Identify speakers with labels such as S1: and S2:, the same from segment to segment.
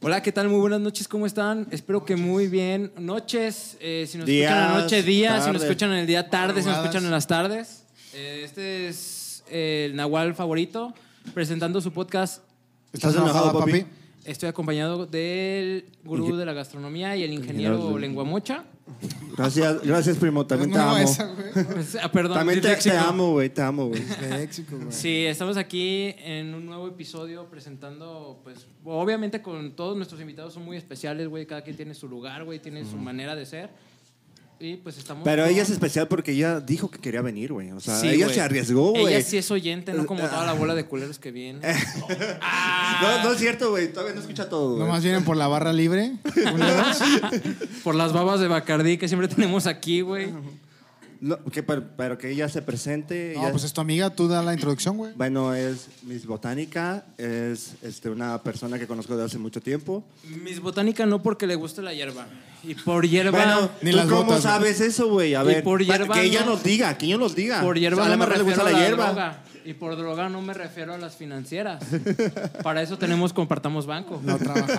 S1: Hola, ¿qué tal? Muy buenas noches, ¿cómo están? Espero que muy bien. Noches, eh, si nos
S2: Días,
S1: escuchan en la noche, días, si nos
S2: tardes.
S1: escuchan en el día, tarde, si nos
S3: Madrugadas.
S1: escuchan en las tardes. Eh, este es eh, el Nahual favorito, presentando su podcast.
S3: ¿Estás
S2: enojado,
S3: enojado,
S2: papi?
S3: papi?
S1: Estoy acompañado del gurú de la gastronomía y el ingeniero
S2: Ingeniero.
S1: Lenguamocha.
S2: Gracias, gracias, primo. También te
S3: No,
S2: amo.
S3: esa, güey.
S1: Ah, Perdón,
S2: También te, te
S1: disléxico.
S2: amo, güey. Te amo, güey.
S3: Léxico, güey.
S1: Sí, estamos aquí en un nuevo episodio presentando, pues, obviamente con todos nuestros invitados son muy especiales, güey, cada quien tiene su lugar, güey, tiene su manera de ser. Y pues estamos...
S2: Pero
S1: con-
S2: ella es especial porque ella dijo que quería venir, güey. O sea,
S1: Sí,
S2: ella
S1: güey.
S2: se arriesgó, güey.
S1: Ella sí es oyente, no como toda la bola de culeros que viene.
S2: No, no es cierto, güey. Todavía no escucha todo, güey.
S3: Nomás vienen por la barra libre. culeros.
S1: Por las babas de Bacardí que siempre tenemos aquí, güey.
S2: No, que, pero, pero que ella se presente.
S3: No,
S2: ella-
S3: pues es tu amiga, tú da la introducción, güey.
S2: Bueno, es Miss Botánica. Es este, una persona que conozco de hace mucho tiempo.
S1: Mis botánica no porque le guste la hierba. Y por hierba...
S2: Bueno,
S3: Ni
S2: ¿tú
S3: las
S2: cómo
S3: botas, güey.
S2: sabes eso, güey? A
S1: Y
S2: ver,
S1: por
S2: pa-
S1: hierba
S2: que ella
S1: no-
S2: nos diga, que ella nos diga.
S1: Por
S2: ah, O
S1: hierba
S2: sea, a
S1: no
S2: lo
S1: me
S2: mejor le
S1: refiero
S2: gusta
S1: a
S2: la,
S1: la
S2: hierba.
S1: droga. Y por droga no me refiero a las financieras. Para eso tenemos Compartamos Banco.
S3: No trabajaste.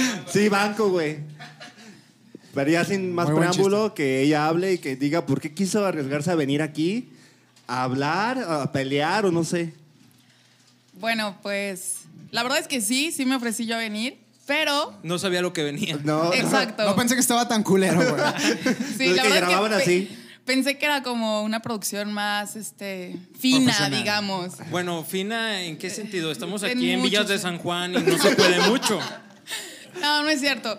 S3: ¿verdad?
S2: sí, banco, güey. Pero ya sin más
S3: Muy buen
S2: preámbulo, que ella hable y que diga por qué quiso arriesgarse a venir aquí a hablar, a pelear o no sé.
S4: Bueno, pues la verdad es que sí, sí me ofrecí yo a venir, pero
S1: No sabía lo que venía.
S2: No,
S4: exacto.
S3: No pensé que estaba tan culero, güey.
S4: sí,
S2: es
S4: la
S2: que
S4: verdad
S2: grababan
S4: es que pe-
S2: así.
S4: pensé que era como una producción más este fina,
S3: Profesional.
S4: digamos.
S1: Bueno, Fina, ¿en qué sentido? Estamos
S4: En
S1: aquí en Villas
S4: muchos-
S1: de San Juan y no se puede mucho.
S4: No, no es cierto.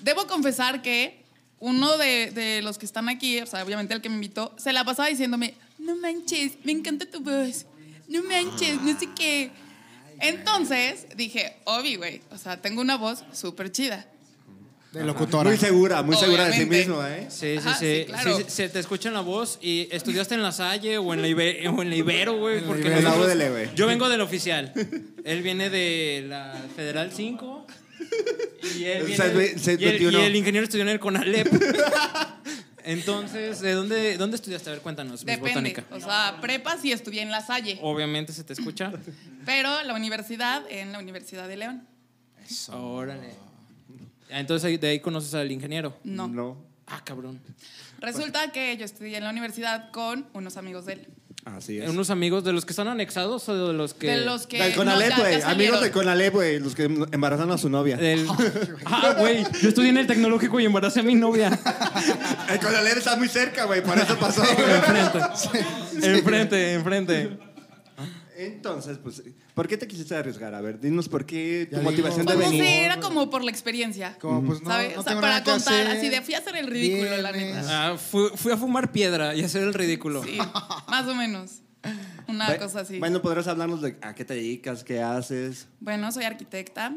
S4: Debo confesar que uno de, de los que están aquí, o sea, obviamente el que me invitó, se la pasaba diciéndome, no manches, me encanta tu voz, no manches, no sé qué. Entonces dije, Obi, güey, o sea, tengo una voz súper chida.
S3: De locutora.
S2: muy segura, muy segura de sí
S4: Obviamente.
S2: misma, ¿eh?
S1: Sí, sí,
S4: Ajá,
S1: sí.
S4: sí, claro.
S1: Sí, sí, se te escucha en la voz y estudiaste en la Salle o en la, Ibe- o en la Ibero, güey.
S3: la
S1: porque
S3: Ibero.
S1: nosotros-
S2: En la UDL, güey.
S1: Yo vengo del oficial. Él viene de la Federal 5. Y él,
S2: El
S1: viene-
S2: seis- seis
S1: y el- y
S2: 21.
S1: el ingeniero estudió en el CONALEP. Entonces, ¿de dónde, dónde estudiaste? A ver, cuéntanos, Miss
S4: Depende.
S1: Botánica.
S4: O sea, prepa sí estudié en La Salle,
S1: Obviamente se te escucha.
S4: pero la universidad en la Universidad de León.
S1: Órale. Ah, Entonces ahí- de ahí conoces al ingeniero.
S4: No.
S1: Ah, cabrón.
S4: Resulta que yo estudié en la universidad con unos amigos de él.
S2: Así es.
S1: Unos amigos de los que están anexados o de los que.
S4: De los que.
S2: Del
S4: no,
S2: Conalep,
S4: ya- ya
S2: güey. Amigos
S4: salieron.
S2: del Conalep, güey. Los que embarazaron a su novia.
S3: Eh.
S1: del- Ah, güey. Yo estudié en el tecnológico y embaracé a mi novia.
S2: El Conalep está muy cerca, güey. Por eso pasó, güey.
S1: Enfrente. Enfrente, enfrente.
S2: Entonces, pues, ¿por qué te quisiste arriesgar? A ver, dinos por qué tu
S3: Ya
S2: motivación
S3: dijo.
S2: de
S4: Pues no
S2: venir.
S4: sé, era como por la experiencia.
S3: Como, pues, no,
S4: ¿Sabes?
S3: no
S4: O sea,
S3: tengo
S4: para
S3: nada que
S4: contar,
S3: hacer.
S4: así de fui a hacer el ridículo, la
S3: Vienes.
S4: neta.
S1: Ah, fui, fui a fumar piedra y a hacer el ridículo.
S4: Sí, más o menos. Una
S2: Ve-
S4: cosa así. Bueno.
S2: Bueno, podrás hablarnos de a qué te dedicas, qué haces.
S4: soy arquitecta.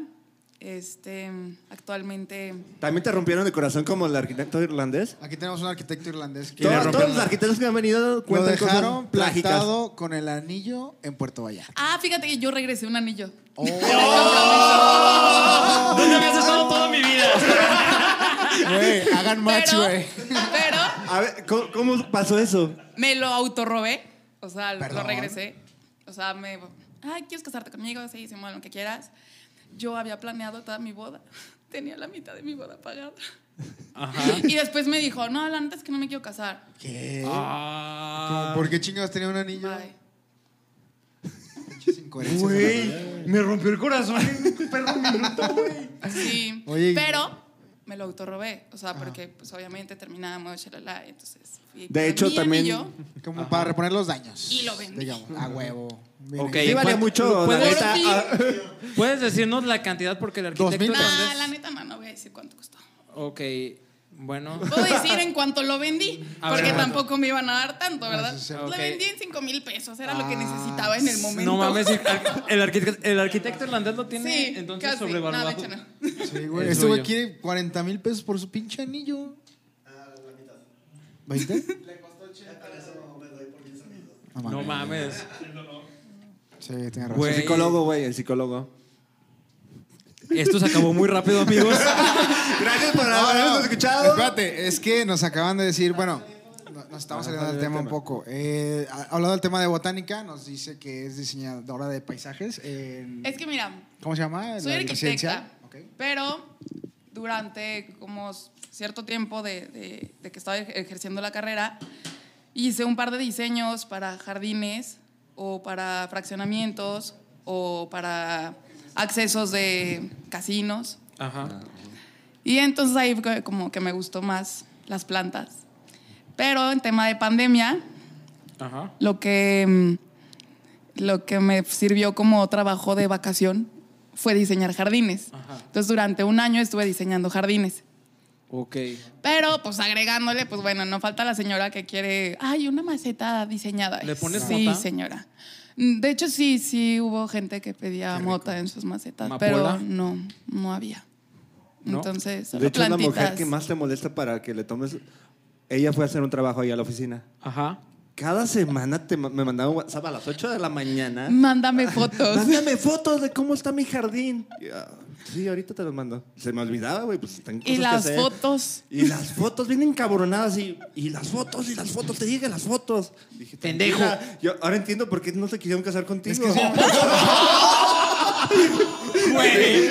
S4: Este, actualmente.
S2: También te rompieron de corazón como el arquitecto irlandés.
S3: Aquí tenemos un arquitecto irlandés que
S1: le
S2: Todos,
S1: rompieron
S2: todos los
S1: la-
S2: arquitectos que han venido
S3: lo
S2: cuentan
S3: dejaron
S2: cosas trágicas.
S3: plantado con el anillo en Puerto Vallarta.
S4: Ah, fíjate que yo regresé un anillo.
S1: ¿Dónde habías estado toda mi vida?
S3: Güey, hagan match,
S4: Pero,
S3: güey.
S4: pero
S2: A ver, ¿cómo, cómo pasó eso?
S4: me lo autorrobé. O sea, lo-
S3: Perdón.
S4: lo regresé. O sea, me. Ay, ¿quieres casarte conmigo? Sí, sí, bueno, lo que quieras. Yo había planeado toda mi boda. Tenía la mitad de mi boda pagada.
S1: Ajá.
S4: Y después me dijo, no, la neta es que no me quiero casar.
S3: ¿Qué?
S1: Ah.
S3: ¿Por qué chingados tenía un anillo?
S4: Bye.
S3: Pinches incoherencias.
S1: me rompió el corazón en
S4: Sí.
S3: Oye, y-
S4: pero me lo autorrobé. O sea, porque pues obviamente terminábamos, shalala, y entonces. fui con
S2: hecho,
S4: mi
S2: también-
S4: anillo
S3: Como para reponer los daños.
S4: Y lo vendí.
S3: Digamos, a huevo. Miren.
S1: Ok.
S2: Sí, valía
S1: ¿cuál-
S2: mucho, la
S1: puedes-
S2: neta. ah,
S1: ¿Puedes decirnos la cantidad? Porque el arquitecto.
S3: Dos mil
S4: Nah,
S1: irlandés-
S4: la neta no, no voy a decir cuánto costó.
S1: Ok, bueno.
S4: Puedo decir en cuánto lo vendí,
S1: A ver,
S4: porque
S1: ¿cuánto?
S4: tampoco me iban a dar tanto, ¿verdad?
S3: sí, sí.
S4: Lo
S1: Ok. Ah,
S4: vendí en 5 mil pesos, era lo que necesitaba en el momento.
S1: No mames, el, el arquitecto, el arquitecto irlandés lo tiene
S4: Sí,
S1: entonces
S4: casi. No,
S1: sobrevaluado.
S4: de hecho no.
S3: Sí, güey.
S1: El
S3: Este güey
S1: suyo.
S3: quiere 40 mil pesos por su pinche anillo. ¿20? No
S1: No
S3: mames.
S1: mames.
S3: Sí, tiene razón.
S1: Güey.
S2: el psicólogo, güey, el psicólogo.
S1: Esto se acabó muy rápido, amigos.
S2: Gracias por
S3: No,
S2: habernos
S3: no,
S2: escuchado.
S3: Espérate, es que nos acaban de decir, bueno, no- nos estamos saliendo del tema un poco. Eh, ha- hablando del tema de botánica, nos dice que es diseñadora de paisajes. en-
S4: Es que mira,
S3: ¿Cómo se llama?
S4: soy
S3: La
S4: arquitecta,
S3: residencial.
S4: Pero durante como cierto tiempo de, de- de que estaba ejerciendo la carrera, hice un par de diseños para jardines o para fraccionamientos o para accesos de casinos.
S1: Ajá.
S4: Y entonces ahí fue que- como que me gustó más las plantas. Pero en tema de pandemia,
S1: Ajá.
S4: lo que, mm, lo que me sirvió como trabajo de vacación fue diseñar jardines.
S1: Ajá.
S4: Entonces durante un año estuve diseñando jardines.
S1: Ok.
S4: Pero pues agregándole, pues bueno, no falta la señora que quiere, ay, una maceta diseñada.
S1: ¿Le pones
S4: Sí,
S1: mota?
S4: señora. Mm, De hecho, sí, sí hubo gente que pedía mota en sus macetas,
S1: ¿Amapola?
S4: pero no, no había.
S1: ¿No?
S4: Entonces, solo
S2: De hecho, es la mujer
S4: plantitas.
S2: que más te molesta para que le tomes. Ella fue a hacer un trabajo ahí a la oficina.
S1: Ajá.
S2: Cada semana te ma- me mandaba un WhatsApp a las 8 de la mañana.
S4: Mándame fotos.
S2: Mándame fotos de cómo está mi jardín. Y, ah, sí, ahorita te los mando. Se me olvidaba, güey, pues tengo cosas
S4: y
S2: que
S4: las
S2: hacer.
S4: fotos.
S2: Y las fotos vienen cabronadas y, y las fotos, y las fotos, te dije las fotos. Dije,
S1: Pendejo.
S2: "Tranquila, Yo ahora entiendo por qué no se quisieron casar contigo.
S3: Es que sí.
S1: Güey.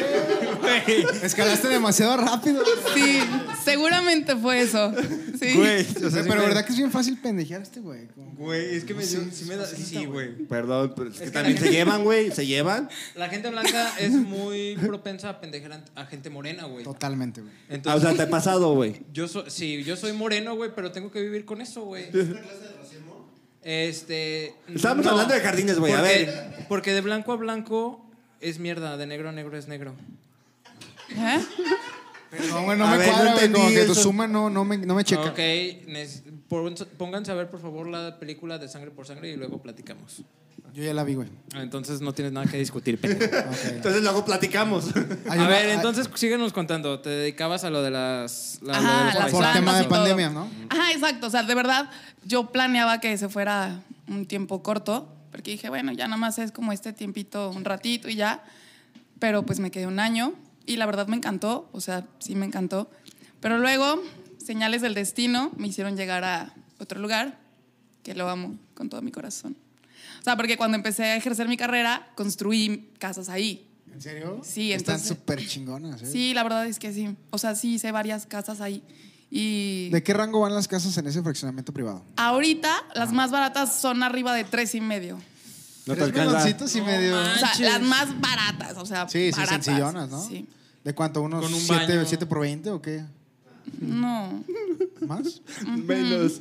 S1: Güey.
S3: Escalaste demasiado rápido.
S4: Sí, seguramente fue eso. Sí.
S2: o sea, sí
S3: pero
S2: me-
S3: verdad que es bien fácil pendejear a este güey. Como-
S5: Güey, es que me dio. Sí, me da. Sí, güey.
S2: Perdón, pero es que
S1: que
S2: también se llevan, güey, se llevan.
S1: La gente blanca es muy propensa a pendejar ant- a gente morena, güey.
S3: Totalmente, güey.
S2: Ah, o
S1: Entonces,
S2: sea, te ha pasado, güey.
S1: yo soy, sí, yo soy moreno, güey, pero tengo que vivir con eso, güey. Este.
S2: Estábamos hablando de jardines, güey, a
S1: porque-
S2: ver.
S1: Porque de blanco a blanco es mierda, de negro a negro es negro.
S4: ¿Eh?
S3: No, güey, no
S2: A
S3: me
S2: ver, no
S3: cuadra, güey. Como
S2: entendí
S3: que tu
S2: eso.
S3: suma no, no, me, no me checa.
S1: Ok, nes- pon- pónganse a ver, por favor, la película de Sangre por Sangre y luego platicamos. Ah,
S3: Yo ya la vi, güey.
S1: Entonces no tienes nada que discutir, pendejo.
S2: Entonces luego platicamos.
S3: Hay
S1: a
S3: una-
S1: ver,
S3: hay-
S1: entonces síguenos contando. Te dedicabas a lo de las. la- lo de los
S4: Ajá, las
S1: paisajes.
S3: Por
S4: plantas
S3: tema de
S4: y todo.
S3: pandemia, ¿no?
S4: Ajá, exacto. O sea, de verdad, yo planeaba que se fuera un tiempo corto, porque dije, bueno, ya nada más es como este tiempito, un ratito y ya. Pero pues me quedé un año y la verdad me encantó, o sea, sí me encantó. Pero luego, señales del destino me hicieron llegar a otro lugar, que lo amo con todo mi corazón. O sea, porque cuando empecé a ejercer mi carrera, construí casas ahí.
S3: ¿En serio?
S4: Sí,
S3: Están
S4: entonces-
S3: súper chingonas, ¿eh?
S4: Sí, la verdad es que sí. O sea, sí hice varias casas ahí. Y
S3: ¿De qué rango van las casas en ese fraccionamiento privado?
S4: Ahorita las más baratas son arriba de tres y medio.
S2: No te
S3: Tres
S2: alcanza.
S3: meloncitos y medio.
S4: O sea,
S1: Manches.
S4: las más baratas, o sea,
S3: Sí, sí,
S4: baratas.
S3: sencillonas, ¿no?
S4: Sí.
S3: ¿De cuánto? ¿Unos
S1: Con un
S3: 7
S1: baño.
S3: por 20 o qué?
S4: No.
S3: ¿Más?
S2: Menos.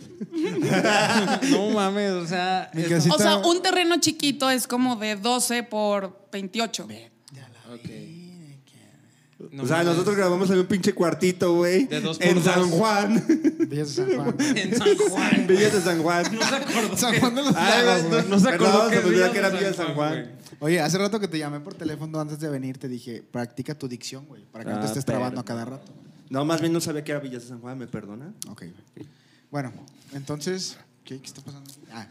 S1: No mames, o sea.
S3: Mi
S1: es-
S3: casita-
S4: O sea, un terreno chiquito es como de 12 por 28.
S1: no
S2: o sea,
S1: mames.
S2: nosotros grabamos en un pinche cuartito, güey.
S1: De dos por
S2: En
S1: dos.
S2: San Juan.
S3: Villas de San Juan.
S1: En San Juan. güey.
S2: Villas de San Juan.
S1: No se acordó. Ah,
S3: San Juan de los
S2: Ay,
S3: Lagos,
S2: güey,
S3: güey.
S1: No se
S2: Ah, Perdón,
S1: acordó
S2: se me olvidó
S1: que,
S2: que era Villa de San Juan.
S3: Oye, hace rato que te llamé por teléfono antes de venir, te dije, practica tu dicción, güey, para que no
S2: Ah,
S3: te estés
S2: pero-
S3: trabando a cada rato.
S2: No, más bien no sabía que era Villas de San Juan, ¿me perdona?
S3: Ok, güey. Bueno, entonces, ¿qué, qué está pasando? aquí? Ah.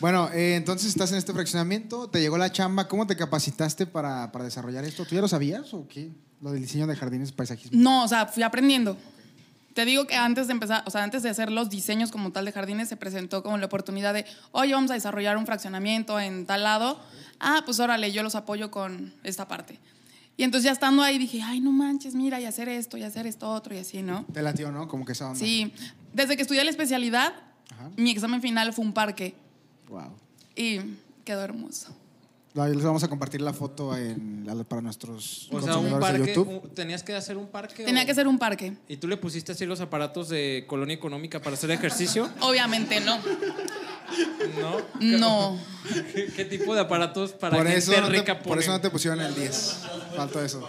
S3: Bueno, eh, entonces estás en este fraccionamiento, te llegó la chamba, ¿cómo te capacitaste para, para desarrollar esto? ¿Tú ya lo sabías o qué? Lo del diseño de jardines, paisajismo.
S4: No, o sea, fui aprendiendo. Te digo que antes de empezar, o sea, antes de hacer los diseños como tal de jardines, se presentó como la oportunidad de, oye, vamos a desarrollar un fraccionamiento en tal lado. Ah, pues órale, yo los apoyo con esta parte. Y entonces ya estando ahí dije, ay, no manches, mira, y hacer esto, y hacer esto otro, y así, ¿no?
S3: Te latió, ¿no? Como que esa onda.
S4: Sí, desde que estudié la especialidad,
S3: Ajá.
S4: mi examen final fue un parque
S3: Wow.
S4: y quedó hermoso.
S3: No, ahí les vamos a compartir la foto en- a- para nuestros
S1: O sea,
S3: consumidores
S1: un
S3: de
S1: parque.
S3: YouTube.
S1: un- tenías que hacer un parque.
S4: Tenía
S1: o-
S4: que ser un parque.
S1: ¿Y tú le pusiste así los aparatos de colonia económica para hacer ejercicio?
S4: Obviamente no.
S1: No.
S4: No.
S1: ¿Qué, qué tipo de aparatos para
S3: Por
S1: gente
S3: eso, no te,
S1: rica
S3: por eso no
S1: ponen?
S3: te pusieron el 10. Faltó eso.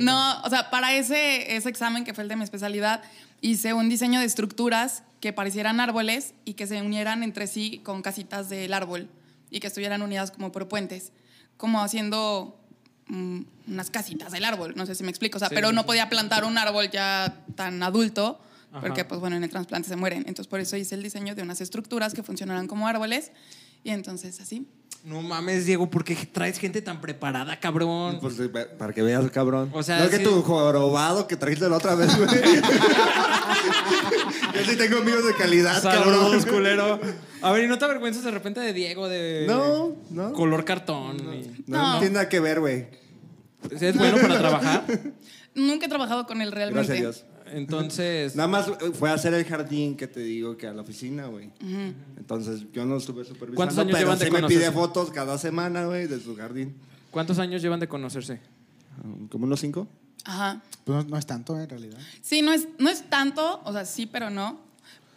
S4: No, o sea, para ese, ese examen que fue el de mi especialidad, hice un diseño de estructuras que parecieran árboles y que se unieran entre sí con casitas del árbol y que estuvieran unidas como por puentes, como haciendo mm, unas casitas del árbol, no sé si me explico, o sea,
S1: Sí,
S4: pero
S1: sí,
S4: no
S1: sí.
S4: podía plantar un árbol ya tan adulto,
S1: Ajá.
S4: porque pues bueno, en el trasplante se mueren, entonces por eso hice el diseño de unas estructuras que funcionaran como árboles y entonces así.
S1: No mames, Diego, ¿por qué traes gente tan preparada, cabrón?
S2: Pues, eh, pa- para que veas, cabrón.
S1: O sea,
S2: no es que
S1: sí.
S2: tu jorobado que trajiste la otra vez, güey. Yo sí tengo amigos de calidad,
S1: Saludos,
S2: cabrón.
S1: culero. Ah, A ver, ¿y no te avergüenzas de repente de Diego de
S2: No, no.
S1: color cartón? y-
S2: No,
S4: No.
S2: no tiene nada que ver, güey.
S1: es bueno para trabajar.
S4: Nunca he trabajado con él realmente.
S2: Gracias a Dios.
S1: Entonces,
S2: Nada más eh, fue a hacer el jardín que te digo que a la oficina, güey. Entonces yo no estuve supervisando,
S1: ¿Cuántos años
S2: pero
S1: llevan de
S2: sí me pide
S1: conocerse?
S2: fotos cada semana, güey, de su jardín.
S1: ¿cuántos años llevan de conocerse?
S2: ¿Como unos cinco?
S4: Ajá.
S3: Pues no, no es tanto, eh, en realidad.
S4: Sí, no es, no es tanto, o sea, sí, pero no.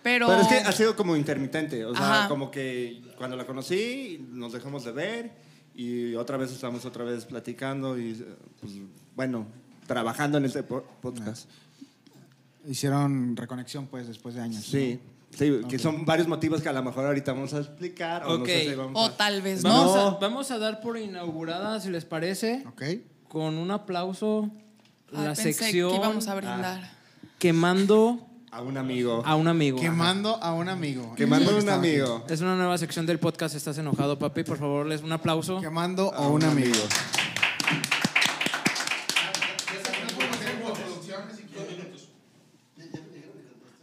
S4: Pero,
S2: Pero, es que ha sido como intermitente, o sea,
S4: Ajá.
S2: como que cuando la conocí nos dejamos de ver y otra vez estamos otra vez platicando y eh, pues bueno, trabajando en este po- podcast.
S3: Hicieron reconexión, pues, después de años.
S2: Sí. Sí, que son varios motivos que a lo mejor ahorita vamos a explicar o no sé
S1: Ok.
S2: si vamos
S4: O
S2: a-
S4: tal vez no.
S1: Vamos,
S2: No.
S1: a, vamos a dar por inaugurada, si les parece,
S3: ¿no? Ok.
S1: con un aplauso
S4: Ay,
S1: la
S4: ah, pensé
S1: sección
S4: que íbamos a brindar.
S2: Ah.
S1: quemando
S2: a un amigo.
S4: Ah,
S1: a un amigo.
S3: Quemando a un amigo.
S2: Quemando a
S3: Eso
S2: un
S3: estaba
S2: amigo.
S1: Es una nueva sección del podcast. Estás enojado, papi. Por favor, les un aplauso.
S2: Ah.
S3: aquí. Quemando a un amigo.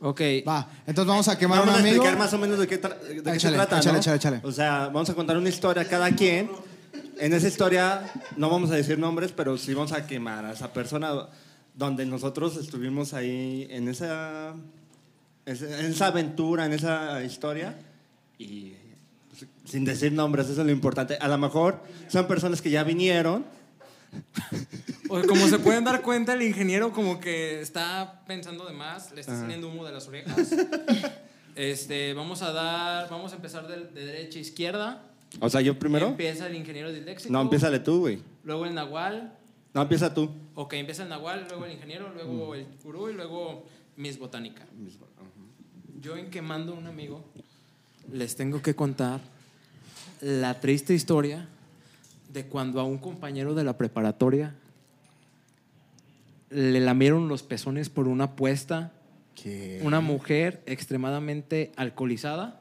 S1: Ok.
S3: Va, entonces vamos a quemar a un
S2: Vamos a
S3: amigo.
S2: explicar más o menos de qué, tra- de qué
S3: Échale,
S2: se trata.
S3: échale,
S2: ¿no?
S3: échale, échale.
S2: O sea, vamos a contar una historia cada quien. En esa historia no vamos a decir nombres, pero sí vamos a quemar a esa persona donde nosotros estuvimos ahí en esa, esa- en esa aventura, en esa historia. Y pues, sin decir nombres, eso es lo importante. A lo mejor son personas que ya vinieron.
S1: O- como se pueden dar cuenta, el ingeniero como que está pensando de más, le está saliendo humo de las orejas. Este, vamos a dar, vamos a empezar de, de derecha a izquierda.
S2: O sea, yo primero.
S1: Empieza el ingeniero disléxico.
S2: No, empiézale tú, güey.
S1: Luego el nahual.
S2: No, empieza tú.
S1: Ok, empieza el nahual, luego el ingeniero, luego el gurú y luego Miss Botánica. Yo en quemando a un amigo les tengo que contar la triste historia de cuando a un compañero de la preparatoria le lamieron los pezones por una apuesta
S3: ¿Qué?
S1: una mujer extremadamente alcoholizada.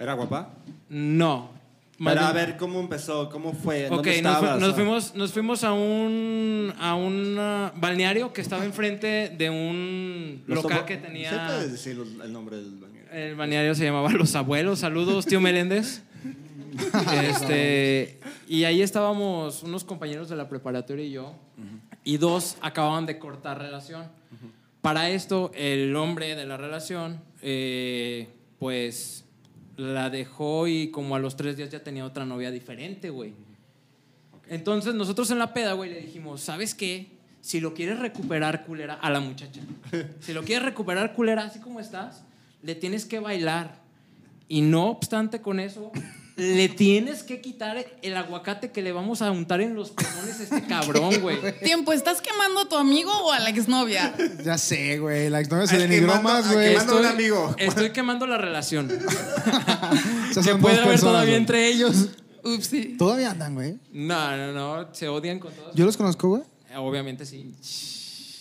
S2: ¿Era guapa?
S1: No. más
S2: Pero a
S1: bien-
S2: ver cómo empezó, cómo fue.
S1: Ok,
S2: ¿Dónde
S1: nos, fu-
S2: estabas?
S1: nos
S2: Ah.
S1: fuimos, nos fuimos a un, a un ah, balneario que estaba enfrente de un
S2: Los
S1: local
S2: topo-
S1: que tenía...
S2: ¿Sí puedes decir los- el nombre del bañero?
S1: El balneario se llamaba Los Abuelos. Saludos, tío Meléndez. Este, y ahí estábamos unos compañeros de la preparatoria y yo, y dos acababan de cortar relación. Para esto, el hombre de la relación, eh, pues la dejó y como a los tres días ya tenía otra novia diferente, güey. Entonces nosotros en la peda, güey, le dijimos, ¿sabes qué? Si lo quieres recuperar, culera, a la muchacha. Si lo quieres recuperar, culera, así como estás, le tienes que bailar. Y no obstante con eso, le tienes que quitar el aguacate que le vamos a untar en los pulmones a este cabrón, güey.
S4: Tiempo, ¿estás quemando a tu amigo o a la exnovia?
S3: Ya sé, güey. La exnovia se
S2: Ay,
S3: denigró
S2: quemando-
S3: más,
S2: ay,
S3: güey.
S2: quemando- Manda un amigo.
S1: Estoy quemando la relación.
S3: O
S1: Que
S3: sea, son
S1: puede
S3: dos
S1: haber
S3: personas,
S1: todavía
S3: güey.
S1: entre ellos.
S4: Upsi.
S3: Todavía andan, güey.
S1: No, no, no. Se odian con todos.
S3: Yo los conozco, güey.
S1: Obviamente sí.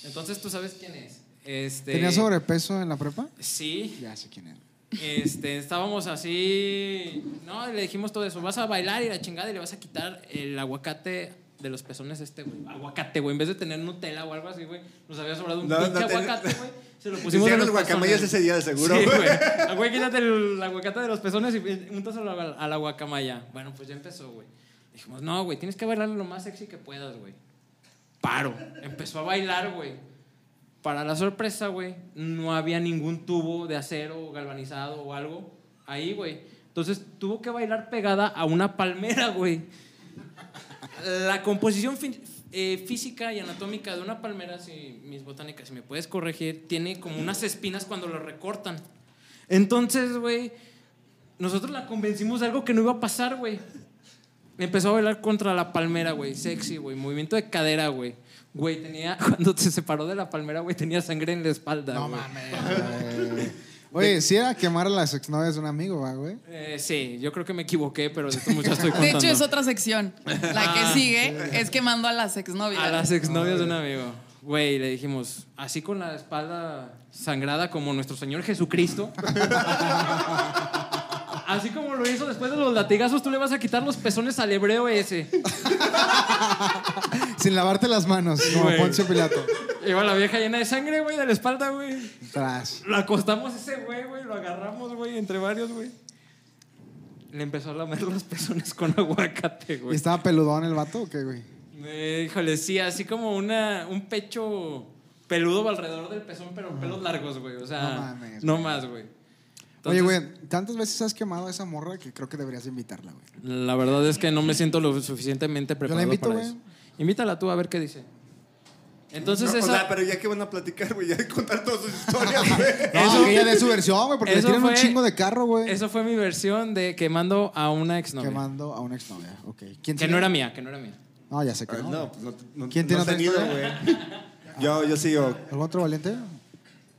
S1: Entonces tú sabes quién es. Este,
S3: ¿Tenía sobrepeso en la prepa?
S1: Sí.
S3: Ya sé quién era.
S1: Este, estábamos así, ¿no? Y le dijimos todo eso, vas a bailar y la chingada y le vas a quitar el aguacate de los pezones a este, güey. Aguacate, güey. En vez de tener Nutella o algo así, güey, nos había sobrado un
S2: No,
S1: pinche
S2: no ten-
S1: aguacate, güey. Se lo pusimos en
S2: Hicieron
S1: los
S2: los guacamayas
S1: pezones.
S2: ese día, de seguro.
S1: Sí, güey. Ah, Güey, quítate el aguacate de los pezones y untaselo a la, a la guacamaya. Bueno, pues ya empezó, güey. Dijimos, no, güey, tienes que bailar lo más sexy que puedas, güey. Paro. Empezó a bailar, güey. Para la sorpresa, güey, no había ningún tubo de acero galvanizado o algo ahí, güey. Entonces tuvo que bailar pegada a una palmera, güey. La composición fi- eh, física y anatómica de una palmera, si mis botánicas, si me puedes corregir, tiene como unas espinas cuando lo recortan. Entonces, güey, nosotros la convencimos de algo que no iba a pasar, güey. Empezó a bailar contra la palmera, güey. Sexy, güey. Movimiento de cadera, güey. Güey, tenía. Cuando se separó de la palmera, güey, tenía sangre en la espalda.
S3: No
S1: güey.
S3: mames. güey. Oye, si era quemar a las exnovias de un amigo, va, güey.
S1: Eh, sí, yo creo que me equivoqué, pero de todos modos ya estoy
S4: De
S1: contando. Ah.
S4: hecho, es otra sección. La que sigue es quemando a las exnovias.
S1: A las exnovias de un amigo. Güey, le dijimos, así con la espalda sangrada como nuestro Señor Jesucristo. así como lo hizo después de los latigazos, tú le vas a quitar los pezones al hebreo ese.
S3: Sin lavarte las manos, como
S1: Güey.
S3: Poncio Pilato.
S1: Iba la vieja llena de sangre, güey, de la espalda, güey.
S3: Tras.
S1: Lo acostamos a ese güey, güey, lo agarramos, güey, entre varios, güey. Le empezó a lamer los pezones con aguacate,
S3: ¿Y
S1: güey.
S3: estaba peludón el vato o qué, güey?
S1: Eh, híjole, sí, así como una, un pecho peludo alrededor del pezón, pero pelos largos, güey. O sea,
S3: No
S1: no,
S3: mames, güey.
S1: más, güey.
S3: Oye,
S1: Entonces,
S3: güey, tantas veces has quemado a esa morra que creo que deberías invitarla, güey.
S1: La verdad es que no me siento lo suficientemente preparado
S3: invito,
S1: para
S3: güey.
S1: eso. Invítala tú a ver qué dice. Entonces
S2: No,
S1: esa...
S2: O sea, pero ya que van a platicar, güey, ya contar todas sus historias, güey.
S3: No, que ella dé su versión, güey, porque le
S1: eso
S3: tiran un
S1: fue-
S3: chingo de carro, güey.
S1: Esa fue mi versión de quemando a una exnovia.
S3: Quemando a una exnovia, ok. ¿Quién
S1: Que
S3: sigue?
S1: no era mía, que no era mía.
S3: No, ya sé que
S2: Ah,
S3: no.
S2: No, pues no, no-
S3: ¿Quién tiene
S2: no
S3: otra
S2: he tenido,
S3: historia?
S2: güey. Yo, yo sigo
S3: ¿Algún otro valiente?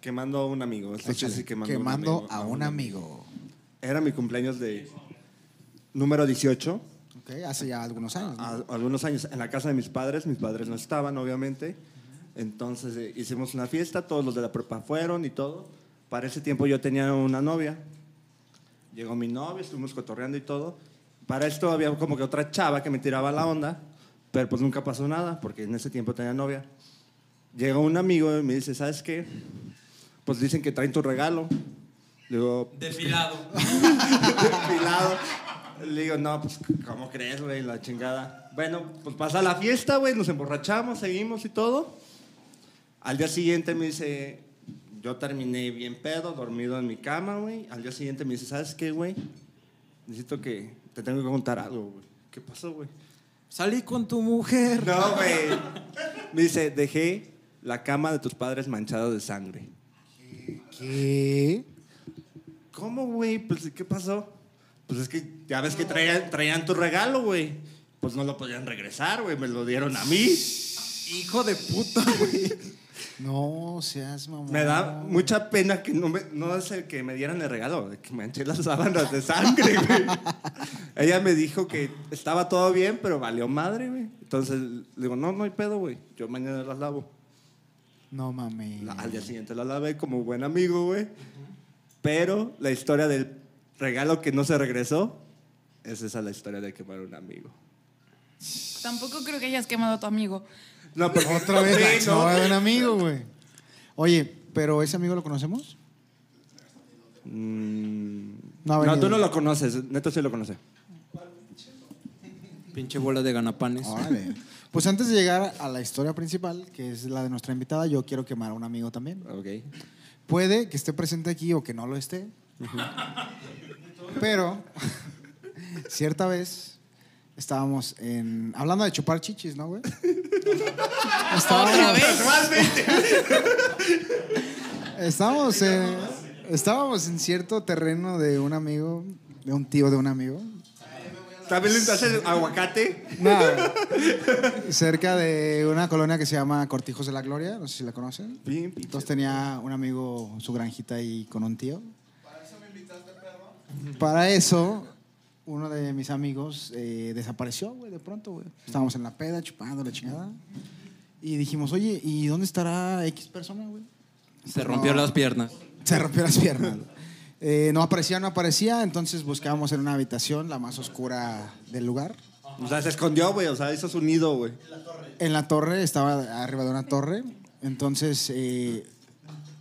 S2: quemando a un amigo. Esto Este sí,
S3: Échale.
S2: sí, quemando, a un
S3: Quemando
S2: amigo,
S3: a un amigo.
S2: Era mi cumpleaños de número 18,
S3: Ok, hace ya algunos años. ¿no?
S2: a- algunos años, en la casa de mis padres. Mis padres no estaban, obviamente. Entonces eh, hicimos una fiesta, todos los de la prepa fueron y todo. Para ese tiempo yo tenía una novia. Llegó mi novia, estuvimos cotorreando y todo. Para esto había como que otra chava que me tiraba la onda, pero pues nunca pasó nada, porque en ese tiempo tenía novia. Llegó un amigo y me dice, ¿sabes qué? Pues dicen que traen tu regalo. Le digo,
S1: Desfilado.
S2: pilado. Le digo, no, pues, ¿cómo crees, güey? La chingada. Bueno, pues pasa la fiesta, güey, nos emborrachamos, seguimos y todo. Al día siguiente me dice, yo terminé bien pedo, dormido en mi cama, güey. Al día siguiente me dice, ¿sabes qué, güey? Necesito que te tengo que contar algo, güey. ¿Qué pasó, güey?
S1: Salí con tu mujer.
S2: No, güey. Me dice, dejé la cama de tus padres manchada de sangre.
S3: ¿Qué?
S2: ¿Cómo, güey? Pues, ¿qué pasó? Pues es que ya ves que traían, traían tu regalo, güey. Pues no lo podían regresar, güey. Me lo dieron a mí.
S1: Hijo de puta, güey.
S3: No seas mamón.
S2: Me da mucha pena que no, me, no es el que me dieran el regalo, de que manché las sábanas de sangre, güey. Ella me dijo que estaba todo bien, pero valió madre, güey. Entonces le digo, no, no hay pedo, güey. Yo mañana las lavo.
S3: No mames.
S2: La- al día siguiente la lavé como buen amigo, güey. Pero la historia del regalo que no se regresó, es esa la historia de quemar a un amigo.
S4: Tampoco creo que hayas quemado a tu amigo.
S2: No, pero
S3: Otra vez la eh. exnovia de un amigo, güey. Oye, ¿pero ese amigo lo conocemos? No ha
S2: Mm. no,
S3: venido.
S2: tú no lo conoces, neto sí lo conoce.
S1: Pinche bola de ganapanes.
S3: Órale. Pues antes de llegar a la historia principal, que es la de nuestra invitada, yo quiero quemar a un amigo también.
S2: Ok.
S3: Puede que esté presente aquí o que no lo esté. Pero cierta vez estábamos en hablando de chupar chichis, ¿no, güey? Estábamos-
S4: Otra vez.
S3: Estábamos en, estábamos en cierto terreno de un amigo, de un tío de un amigo.
S2: ¿También le haces aguacate?
S3: Nada. Cerca de una colonia que se llama Cortijos de la Gloria, no sé si la conocen.
S2: Bien, pinche.
S3: Entonces tenía un amigo su granjita ahí con un tío. Para eso, uno de mis amigos eh, desapareció, güey, de pronto, güey. Estábamos en la peda chupando la chingada. Y dijimos, oye, ¿y dónde estará X persona, güey?
S1: Se rompió las piernas.
S3: Se rompió las piernas. Eh, no aparecía, no aparecía, entonces buscábamos en una habitación, la más oscura del lugar.
S2: O sea, se escondió, güey. O sea, hizo su nido, güey.
S3: En la torre, estaba arriba de una torre. Entonces, eh,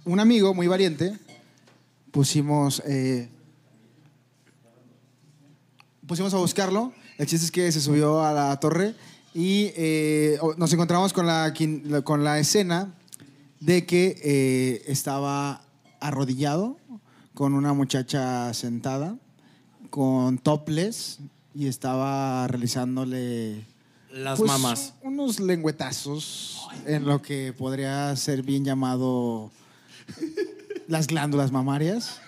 S3: un amigo muy valiente, pusimos, eh, pusimos a buscarlo. El chiste es que se subió a la torre y eh, o- nos encontramos con la, quin- con la escena de que eh, estaba arrodillado con una muchacha sentada, con topless y estaba realizándole
S1: Las
S3: pues,
S1: mamás.
S3: Unos lengüetazos en lo que podría ser bien llamado las glándulas mamarias.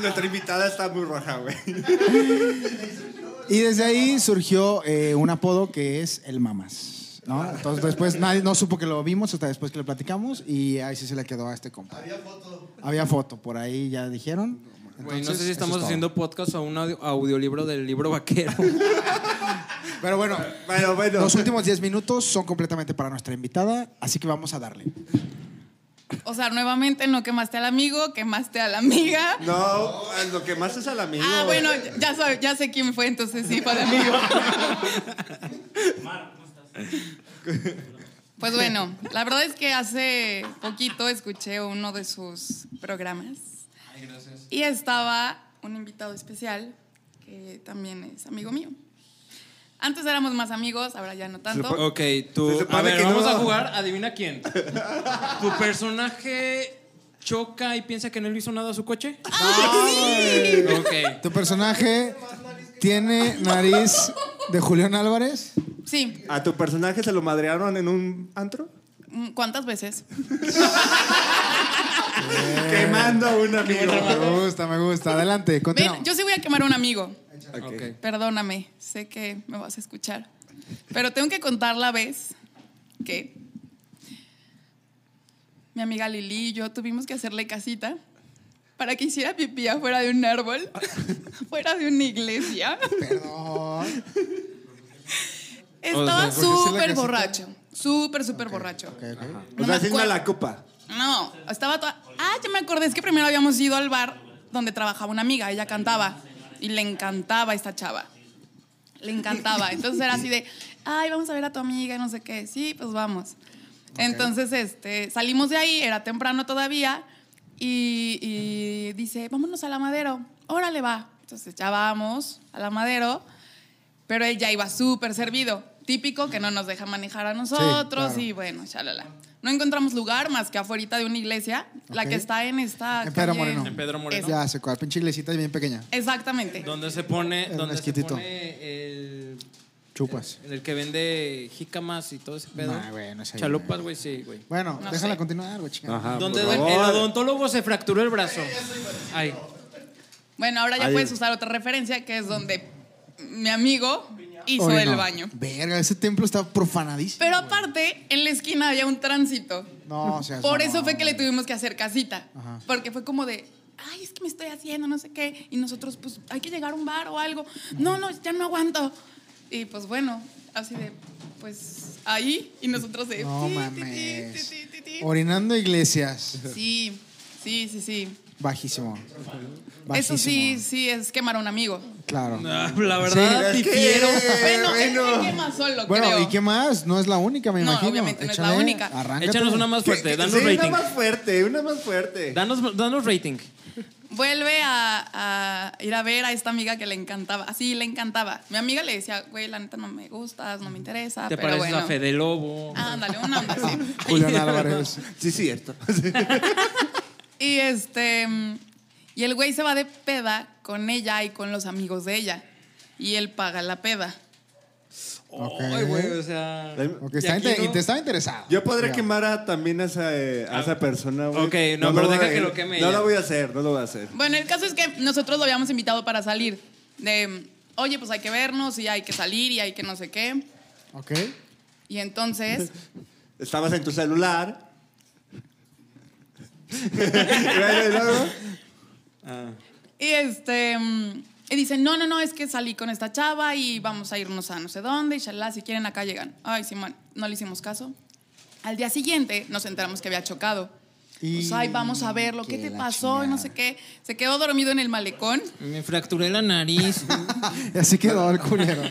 S2: Nuestra invitada está muy roja, güey.
S3: Y desde ahí surgió eh, un apodo que es el mamas. ¿no? Entonces después nadie no supo que lo vimos hasta después que lo platicamos y ahí sí se le quedó a este compa. Había foto. Había foto, por ahí ya dijeron.
S1: Güey, no
S3: Entonces,
S1: sé si
S3: eso
S1: estamos
S3: es todo.
S1: haciendo podcast o un audio- audiolibro del libro vaquero.
S2: Pues,
S3: Pero bueno,
S2: Bueno, bueno.
S3: los últimos 10 minutos son completamente para nuestra invitada, así que vamos a darle.
S4: O sea, nuevamente no quemaste al amigo, quemaste a la amiga.
S2: No, lo que más es al amigo.
S4: Ah, bueno, ya, sab- ya sé quién fue, entonces sí, fue al amigo. Pues bueno, la verdad es que hace poquito escuché uno de sus programas. Y estaba un invitado especial que también es amigo mío. Antes éramos más amigos, ahora ya no tanto.
S1: Ok, tú.
S2: Se supone
S1: a ver,
S2: que no.
S1: vamos a jugar. Adivina quién. ¿Tu personaje choca y piensa que no le hizo nada a su coche? Ok.
S3: ¿Tu personaje tiene nariz de Julián Álvarez?
S4: Sí.
S2: ¿A tu personaje se lo madrearon en un antro?
S4: Mm, ¿Cuántas veces?
S2: Quemando a
S1: Ah,
S2: un amigo.
S3: Me gusta, me gusta. Adelante, continúa.
S4: Ven, yo sí voy a quemar a un amigo.
S1: Ok.
S4: Perdóname, sé que me vas a escuchar. Pero tengo que contar la vez que mi amiga Lili y yo tuvimos que hacerle casita para que hiciera pipí afuera de un árbol, fuera de una iglesia.
S3: Perdón.
S4: Estaba
S3: ¿por qué hacerle
S4: súper
S3: casita?
S4: borracho, súper, súper borracho.
S3: Ok, ok.
S2: O
S4: No
S2: sea,
S4: me
S2: sin
S4: acuerdo.
S2: la copa.
S4: No, estaba toda. Ah, ya me acordé, es que primero habíamos ido al bar donde trabajaba una amiga, ella cantaba y le encantaba esta chava. Le encantaba. Entonces era así de, ay, vamos a ver a tu amiga y no sé qué. Sí, pues vamos. Entonces, este, salimos de ahí, era temprano todavía, y, y dice, vámonos a la madero. Órale, va. Entonces ya vamos a la madero, pero ella iba súper servido. Típico que no nos deja manejar a nosotros
S3: claro.
S4: y bueno, chalala. No encontramos lugar más que afuera de una iglesia, la
S3: Ok.
S4: que está en esta.
S3: En Pedro
S4: calle-
S3: Moreno.
S1: En Pedro Moreno.
S4: Esa.
S3: Ya sé cuál. Pinche iglesita bien pequeña.
S4: Exactamente.
S1: Donde se pone,
S3: El
S1: donde se
S3: mezquitito.
S1: pone el,
S3: Chupas.
S1: el que vende jícamas y todo ese pedo.
S3: Nah, güey, no es ahí,
S1: Chalupas, güey, sí, güey.
S3: Bueno,
S4: No
S3: déjala
S4: sé.
S3: continuar, güey, chingada.
S2: Ajá.
S1: Donde
S2: Ah, por
S1: el
S2: favor.
S1: odontólogo se fracturó el brazo. Ay.
S4: Bueno, ahora ya
S2: Ahí.
S4: puedes usar otra referencia, que es donde mi amigo hizo
S3: Oye,
S4: el
S3: no.
S4: baño.
S3: Verga, ese templo está profanadísimo.
S4: Pero aparte, en la esquina había un tránsito.
S3: No, o sea.
S4: Por
S3: no,
S4: eso fue que le
S3: güey.
S4: tuvimos que hacer casita.
S3: Ajá.
S4: Porque fue como de, ay, es que me estoy haciendo, no sé qué. Y nosotros, pues, hay que llegar a un bar o algo. No, no, ya no aguanto. Y pues bueno, así de, pues ahí. Y nosotros de,
S3: No
S4: ti, ti, ti,
S3: mames.
S4: ti, ti, ti.
S3: Orinando iglesias.
S4: Sí, sí, sí, sí.
S3: Bajísimo. Bajísimo.
S4: Eso sí, sí, es quemar a un amigo.
S3: Claro.
S1: La verdad,
S2: es que-
S1: pipiero.
S4: bueno, él se quema solo,
S3: Eh, Bueno,
S4: creo.
S3: ¿y qué más? No es la única, me
S4: No,
S3: imagino.
S4: obviamente no es la
S3: Échale,
S4: única.
S3: arráncatela.
S1: Échanos una más
S2: Sí,
S1: fuerte, danos
S2: una
S1: rating.
S2: más fuerte, una más fuerte.
S1: Danos, danos rating.
S4: Vuelve a, a ir a ver a esta amiga que le encantaba. Así, le encantaba. Mi amiga le decía, güey, la neta no me gustas, no me interesa.
S1: Te
S4: Ah, pero
S1: pareces
S4: bueno. Ah.
S1: a Fede Lobo.
S4: Ándale, un hombre, sí.
S3: Julián Álvarez.
S2: Sí, cierto.
S4: Y este. mm, Y el güey se va de peda con ella y con los amigos de ella. Y él paga la peda.
S3: Ok.
S1: Ay, güey, o sea.
S3: Ok,
S1: y
S3: está
S1: aquí
S3: inte-
S1: no-
S3: y te estaba interesado.
S2: Yo podré
S3: Ya.
S2: quemar a- también a esa, eh, a esa persona, güey.
S1: Ah, Ok, no,
S2: lo
S1: pero
S2: voy
S1: deja
S2: a-
S1: que lo queme
S2: No
S1: ella.
S2: lo voy a hacer, no lo voy a hacer.
S4: Bueno, el caso es que nosotros lo habíamos invitado para salir. De, mm, oye, pues hay que vernos y hay que salir y hay que no sé qué.
S3: Ok.
S4: Y entonces.
S2: Estabas en tu celular. Bueno, y luego,
S4: Y este. mm, Y dicen, no, no, no, es que salí con esta chava y vamos a irnos a no sé dónde, y shalá, si quieren acá llegan. Ay, Simón, no le hicimos caso. Al día siguiente nos enteramos que había chocado.
S3: Y-
S4: Pues, ay, vamos a verlo, ¿qué
S3: que
S4: te
S3: la
S4: pasó? Y No sé qué. Se quedó dormido en el malecón,
S1: Me fracturé la nariz.
S3: Y así quedó el culero.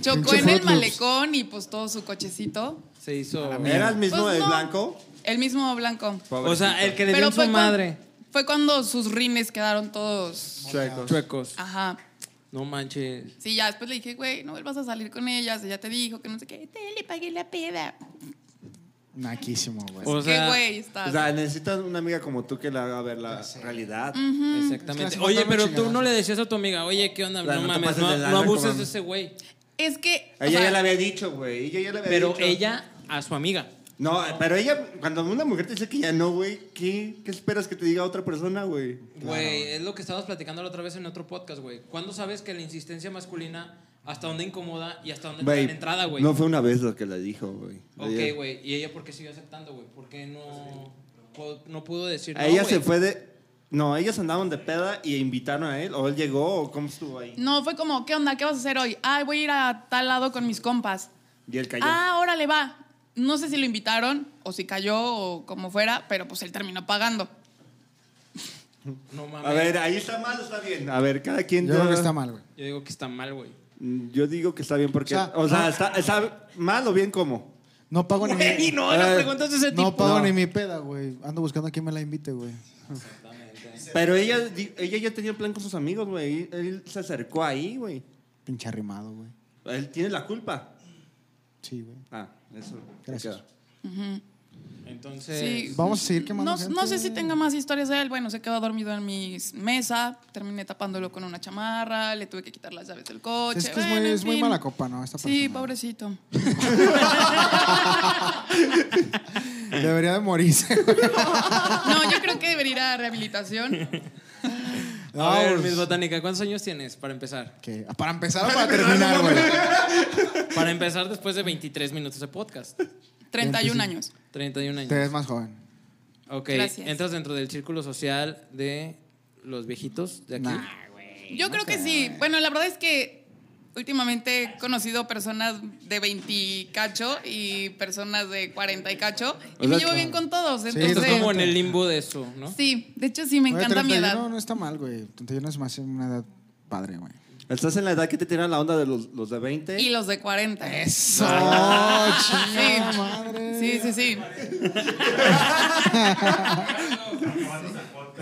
S4: chocó
S3: Pinche
S4: en el
S3: Fruit Loops.
S4: malecón y pues todo su cochecito.
S1: Se hizo.
S2: ¿Era el mismo
S4: Pues
S2: de
S4: no.
S2: blanco?
S4: El mismo blanco.
S1: O sea, el que le dio
S4: Pero
S1: en su
S4: cuan-
S1: madre.
S4: fue cuando sus rines quedaron todos.
S2: Chueco.
S1: Chuecos.
S4: Ajá.
S1: No manches.
S4: Sí, ya después le dije, güey, no vuelvas a salir con ellas. Ella te dijo que no sé qué. Te le pagué la peda.
S3: Naquísimo, güey.
S1: O sea,
S4: qué güey estás.
S2: O sea, necesitas una amiga como tú que le haga ver la realidad.
S1: Mm. Exactamente.
S3: Es que las
S1: oye,
S3: mataron
S1: pero tú
S3: chingadazos.
S1: no le decías a tu amiga, oye, ¿qué onda?
S2: La
S1: No
S2: no te
S1: mames,
S2: pases
S1: no,
S2: de
S1: no
S2: lanza,
S1: abuses
S2: comadre.
S1: de ese güey.
S4: es que. o
S2: Ella
S4: sea,
S2: ya le había dicho, güey. Ella ya le había
S1: Pero
S2: dicho.
S1: ella a su amiga.
S2: No, pero ella, cuando una mujer te dice que ya no, güey, ¿qué, ¿qué esperas que te diga otra persona, güey?
S1: Güey, es lo que estabas platicando la otra vez en otro podcast, güey. ¿Cuándo sabes que la insistencia masculina hasta dónde incomoda y hasta dónde te
S2: Güey,
S1: dan entrada, güey?
S2: No fue una vez lo que le dijo, güey. Ella-
S1: ok, güey. ¿Y ella por qué siguió aceptando, güey? ¿Por qué no, po- no pudo decir
S2: A
S1: no,
S2: ella
S1: güey?
S2: se fue de. No, ellas andaban de peda y invitaron a él. O él llegó, o cómo estuvo ahí.
S4: No, fue como, ¿qué onda? ¿Qué vas a hacer hoy? Ay, voy a ir a tal lado con mis compas.
S2: Y él cayó.
S4: Ah, órale, va. No sé si lo invitaron o si cayó o como fuera, pero pues él terminó pagando.
S1: No mames.
S2: a ver, ahí está mal o está bien. A ver, cada quien.
S3: Yo creo que está mal, güey.
S1: Yo digo que está mal, güey.
S2: Mm, Yo digo que está bien porque.
S3: O sea,
S2: O sea,
S3: ah.
S2: está, está mal o bien cómo.
S3: No pago ni mi...
S1: Güey, no hagas
S3: Eh,
S1: preguntas de ese
S3: No
S1: tipo.
S3: pago
S2: No.
S3: ni mi peda, güey. Ando buscando a quién me la invite, güey.
S2: Pero ella, di- ella ya tenía plan con sus amigos, güey. y Él se acercó ahí, güey.
S3: Pinche arrimado, güey.
S2: Él tiene la culpa.
S3: Sí, güey.
S2: Ah, eso. me
S3: Gracias.
S2: queda.
S1: Entonces.
S4: Sí.
S3: Vamos a seguir quemando
S4: No, no
S3: gente.
S4: sé si tenga más historias de él. Bueno, se quedó dormido en mi mesa. Terminé tapándolo con una chamarra. Le tuve que quitar las llaves del coche.
S3: Es que es
S4: bueno,
S3: muy,
S4: en
S3: es muy
S4: fin.
S3: mala copa, ¿no? Esta
S4: Sí,
S3: persona.
S4: pobrecito.
S3: Debería de morirse. güey.
S4: No, yo creo que debería ir a rehabilitación.
S3: No,
S1: a ver,
S3: pues,
S1: Miss Botánica, ¿cuántos años tienes para empezar?
S3: que- Para empezar o para terminar, güey.
S1: Para empezar después de 23 minutos de podcast.
S3: pues
S4: 31 años.
S1: 31
S3: Te
S1: años.
S3: ves más joven.
S1: Ok,
S4: Gracias.
S1: entras dentro del círculo social de los viejitos de aquí.
S3: Nah.
S4: Yo creo que sí. Bueno, la verdad es que últimamente he conocido personas de 20 y cacho y personas de 40 y cacho. Y
S2: O
S4: me
S2: sea,
S4: llevo bien con todos.
S1: Estás
S3: Sí.
S1: como en
S4: Entonces,
S1: el limbo de eso, ¿no?
S4: sí, de hecho sí, me
S3: Oye,
S4: encanta mi
S3: 31
S4: edad.
S3: No está mal, güey. 31 es más una edad padre, güey.
S2: Estás en la edad que te tiran la onda de los, los de 20.
S4: Y los de 40.
S3: Eso,
S4: Sí.
S3: madre.
S4: Sí, sí, sí.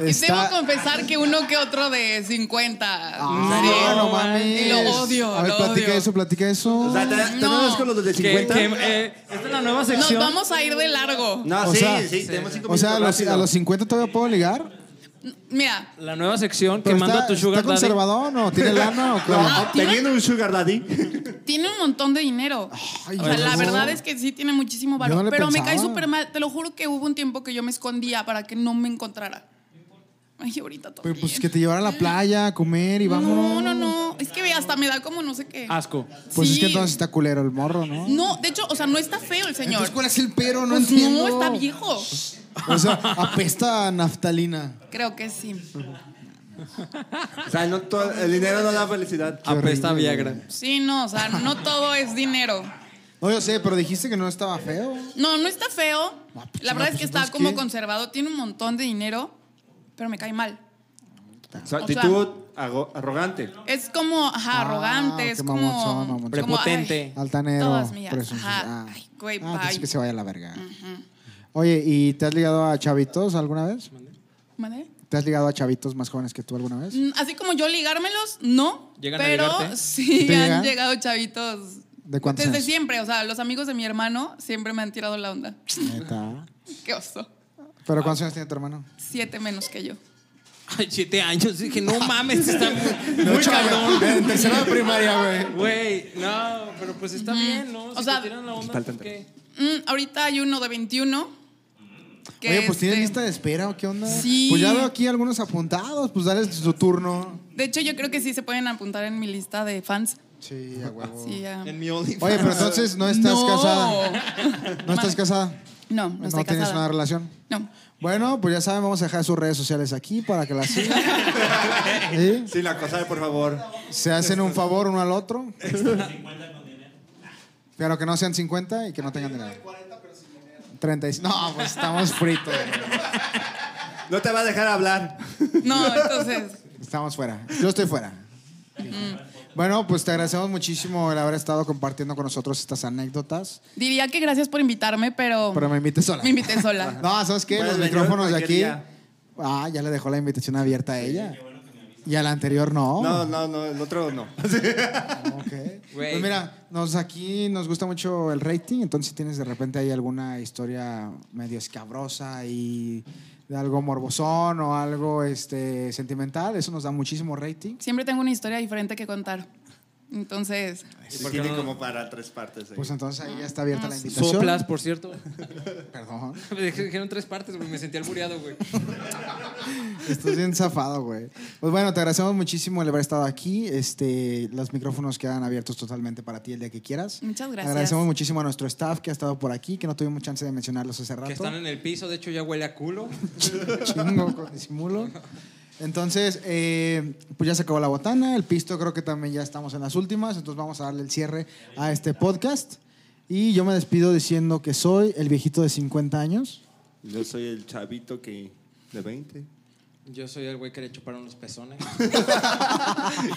S4: Y
S3: Está-
S4: Debo confesar que uno que otro de 50.
S3: Ah,
S4: sí.
S3: no mames.
S4: Y lo odio,
S3: A ver,
S4: lo
S3: platica
S4: odio.
S3: eso, platica eso.
S2: O sea, te, te
S4: No.
S2: ves con los de
S1: Mm, Que-
S2: 50.
S1: que, eh, esta es la nueva
S4: Nos
S1: sección.
S4: vamos a ir de largo.
S2: No,
S3: O
S2: sí,
S3: sea-
S2: sí, tenemos cinco
S3: O sea, a los,
S2: minutos
S3: a los
S2: rápido.
S3: 50 todavía puedo ligar.
S4: Mira,
S1: La nueva sección que
S3: Pero
S1: manda
S3: está,
S1: tu sugar
S3: ¿Está
S1: daddy.
S3: conservador o tiene lana o qué?
S2: No, teniendo un sugar daddy.
S4: tiene un montón de dinero.
S3: Ay,
S4: o sea, la
S3: no.
S4: verdad es que sí tiene muchísimo
S3: Yo
S4: valor.
S3: no le
S4: pero me
S3: pensaba.
S4: cae súper mal. Te lo juro que hubo un tiempo que yo me escondía para que no me encontrara. Ay, ahorita todo.
S3: Pero pues
S4: bien.
S3: que te llevara a la playa a comer y
S4: no,
S3: vámonos.
S4: no, no. Es que ve, hasta me da como no sé qué.
S1: Asco.
S3: Pues es
S4: Sí.
S3: que entonces está culero el morro, ¿no?
S4: No, de hecho, o sea, no está feo el señor.
S3: Entonces, ¿cuál es el pero? No
S4: Pues
S3: entiendo.
S4: no, está viejo.
S3: O sea, apesta a naftalina.
S4: Creo que sí.
S2: O sea, no todo- el dinero no da felicidad.
S1: Apesta
S3: horrible,
S1: Viagra.
S4: Sí, no, o sea, no todo es dinero.
S3: No, yo sé, pero dijiste que no estaba feo.
S4: No, no está feo.
S3: Ah, pues,
S4: La
S3: no,
S4: verdad es
S3: pues,
S4: que está
S3: entonces,
S4: como
S3: ¿qué?
S4: conservado. Tiene un montón de dinero, pero me cae mal.
S2: Su
S4: O sea-
S2: actitud ago- arrogante.
S4: Es como, ajá,
S3: Ah,
S4: arrogante,
S3: qué
S4: es como...
S3: mamonzón, mamonzón.
S4: como, ay,
S1: Prepotente.
S3: Altanero.
S4: Todas mías.
S3: presunción.
S4: Ajá. Ay, güey,
S3: Ah, entonces
S4: bye.
S3: que se vaya a la verga. Oye, ¿y te has ligado a chavitos alguna vez?
S4: ¿Vale?
S3: ¿Te has ligado a chavitos más jóvenes que tú alguna vez?
S4: Mm, Así como yo ligármelos, no.
S1: ¿Llegan a
S4: pero
S1: ligarte?
S4: sí
S3: ¿Te
S4: han
S3: llegan?
S4: llegado chavitos.
S3: ¿De cuántos
S4: Desde
S3: años?
S4: siempre, o sea, los amigos de mi hermano siempre me han tirado la onda.
S3: Neta.
S4: Qué oso.
S3: ¿Pero cuántos años tiene tu hermano?
S4: Siete menos que yo.
S1: Ay, siete años. Dije, no mames, está muy, muy
S3: cabrón.
S1: cabrón.
S3: En tercero de primaria, güey.
S1: Güey, no, pero pues está bien, ¿no? Si
S4: O sea-
S1: te tiran la onda,
S2: Está al
S1: pues,
S2: tanto.
S1: ¿qué?
S4: Mm, ahorita hay uno de 21. que,
S3: Oye, pues tienes
S4: este,
S3: lista de espera o qué onda?
S4: Sí.
S3: Pues ya veo aquí algunos apuntados, pues dale su turno.
S4: De hecho, yo creo que sí se pueden apuntar en mi lista de fans.
S3: Sí, a huevo.
S4: Sí, ya.
S1: Oh. En mi OnlyFans.
S3: Oye, pero entonces no estás
S4: No.
S3: casada. No estás casada.
S4: No, no, estoy
S3: tienes una
S4: casada.
S3: relación.
S4: No.
S3: Bueno, pues ya saben, vamos a dejar sus redes sociales aquí para que las sigan. ¿Sí?
S2: Sí, la cosa, por favor.
S3: Se hacen un favor uno al otro.
S2: Este,
S3: Pero que no sean 50 y que no tengan dinero. 30 y- No, pues estamos fritos. güey.
S2: No te va a dejar hablar.
S4: No, entonces.
S3: Estamos fuera. Yo estoy fuera. Bueno, pues te agradecemos muchísimo el haber estado compartiendo con nosotros estas anécdotas.
S4: Diría que gracias por invitarme, pero.
S3: Pero me invites sola.
S4: Me invité sola.
S3: No, ¿sabes qué?
S2: Puedes
S3: Los
S2: venir
S3: micrófonos de
S2: cualquier
S3: aquí.
S2: día.
S3: Ah, ya le dejó la invitación abierta a ella. Y a la anterior no.
S2: No, no, no, el otro no.
S3: Ok.
S1: Güey.
S3: Pues mira, nos aquí nos gusta mucho el rating, entonces si tienes de repente ahí alguna historia medio escabrosa y de algo morbosón o algo este sentimental, eso nos da muchísimo rating.
S4: Siempre tengo una historia diferente que contar. Entonces.
S2: Sí, tiene como para tres partes. eh. ahí.
S3: Pues entonces ahí ya está abierta
S4: Ah,
S3: la invitación.
S1: Soplas, por cierto.
S3: Perdón.
S1: Me dijeron tres partes, güey. Me sentí albureado, güey.
S3: Estás bien zafado, güey. Pues bueno, te agradecemos muchísimo el haber estado aquí. Este, los micrófonos quedan abiertos totalmente para ti el día que quieras.
S4: Muchas gracias.
S3: Agradecemos muchísimo a nuestro staff que ha estado por aquí, que no tuvimos chance de mencionarlos hace rato.
S1: Que están en el piso, de hecho ya huele a culo.
S3: chingo con disimulo. Entonces, eh, pues ya se acabó la botana, el pisto creo que también ya estamos en las últimas, entonces vamos a darle el cierre a este podcast. Y yo me despido diciendo que soy el viejito de 50 años.
S2: Yo soy el chavito que de 20.
S1: Yo soy el güey que le chuparon los pezones.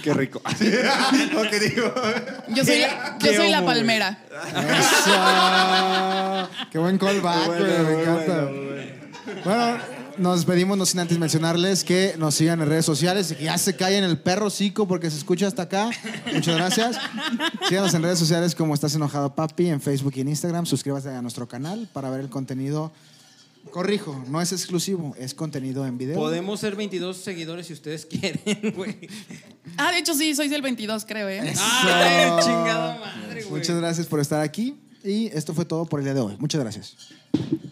S2: Qué rico. ¿O qué digo?
S4: Yo soy, la, yo
S1: qué
S4: soy la
S1: homo, güey?
S4: palmera.
S3: ¡Eso! ¡Qué buen callback, güey!
S2: Bueno,
S3: me encanta.
S2: bueno, bueno.
S3: Bueno, nos despedimos, no sin antes mencionarles que nos sigan en redes sociales y que ya se callen el perro cico porque se escucha hasta acá. Muchas gracias. Síganos en redes sociales como Estás Enojado Papi, en Facebook y en Instagram. Suscríbase a nuestro canal para ver el contenido. Corrijo, no es exclusivo, es contenido en video.
S1: Podemos ser 22 seguidores si ustedes quieren, güey.
S4: Ah, de hecho sí, soy del 22, creo, ¿eh?
S3: Eso.
S1: Ay, chingada madre, güey.
S3: Muchas gracias por estar aquí y esto fue todo por el día de hoy. Muchas gracias.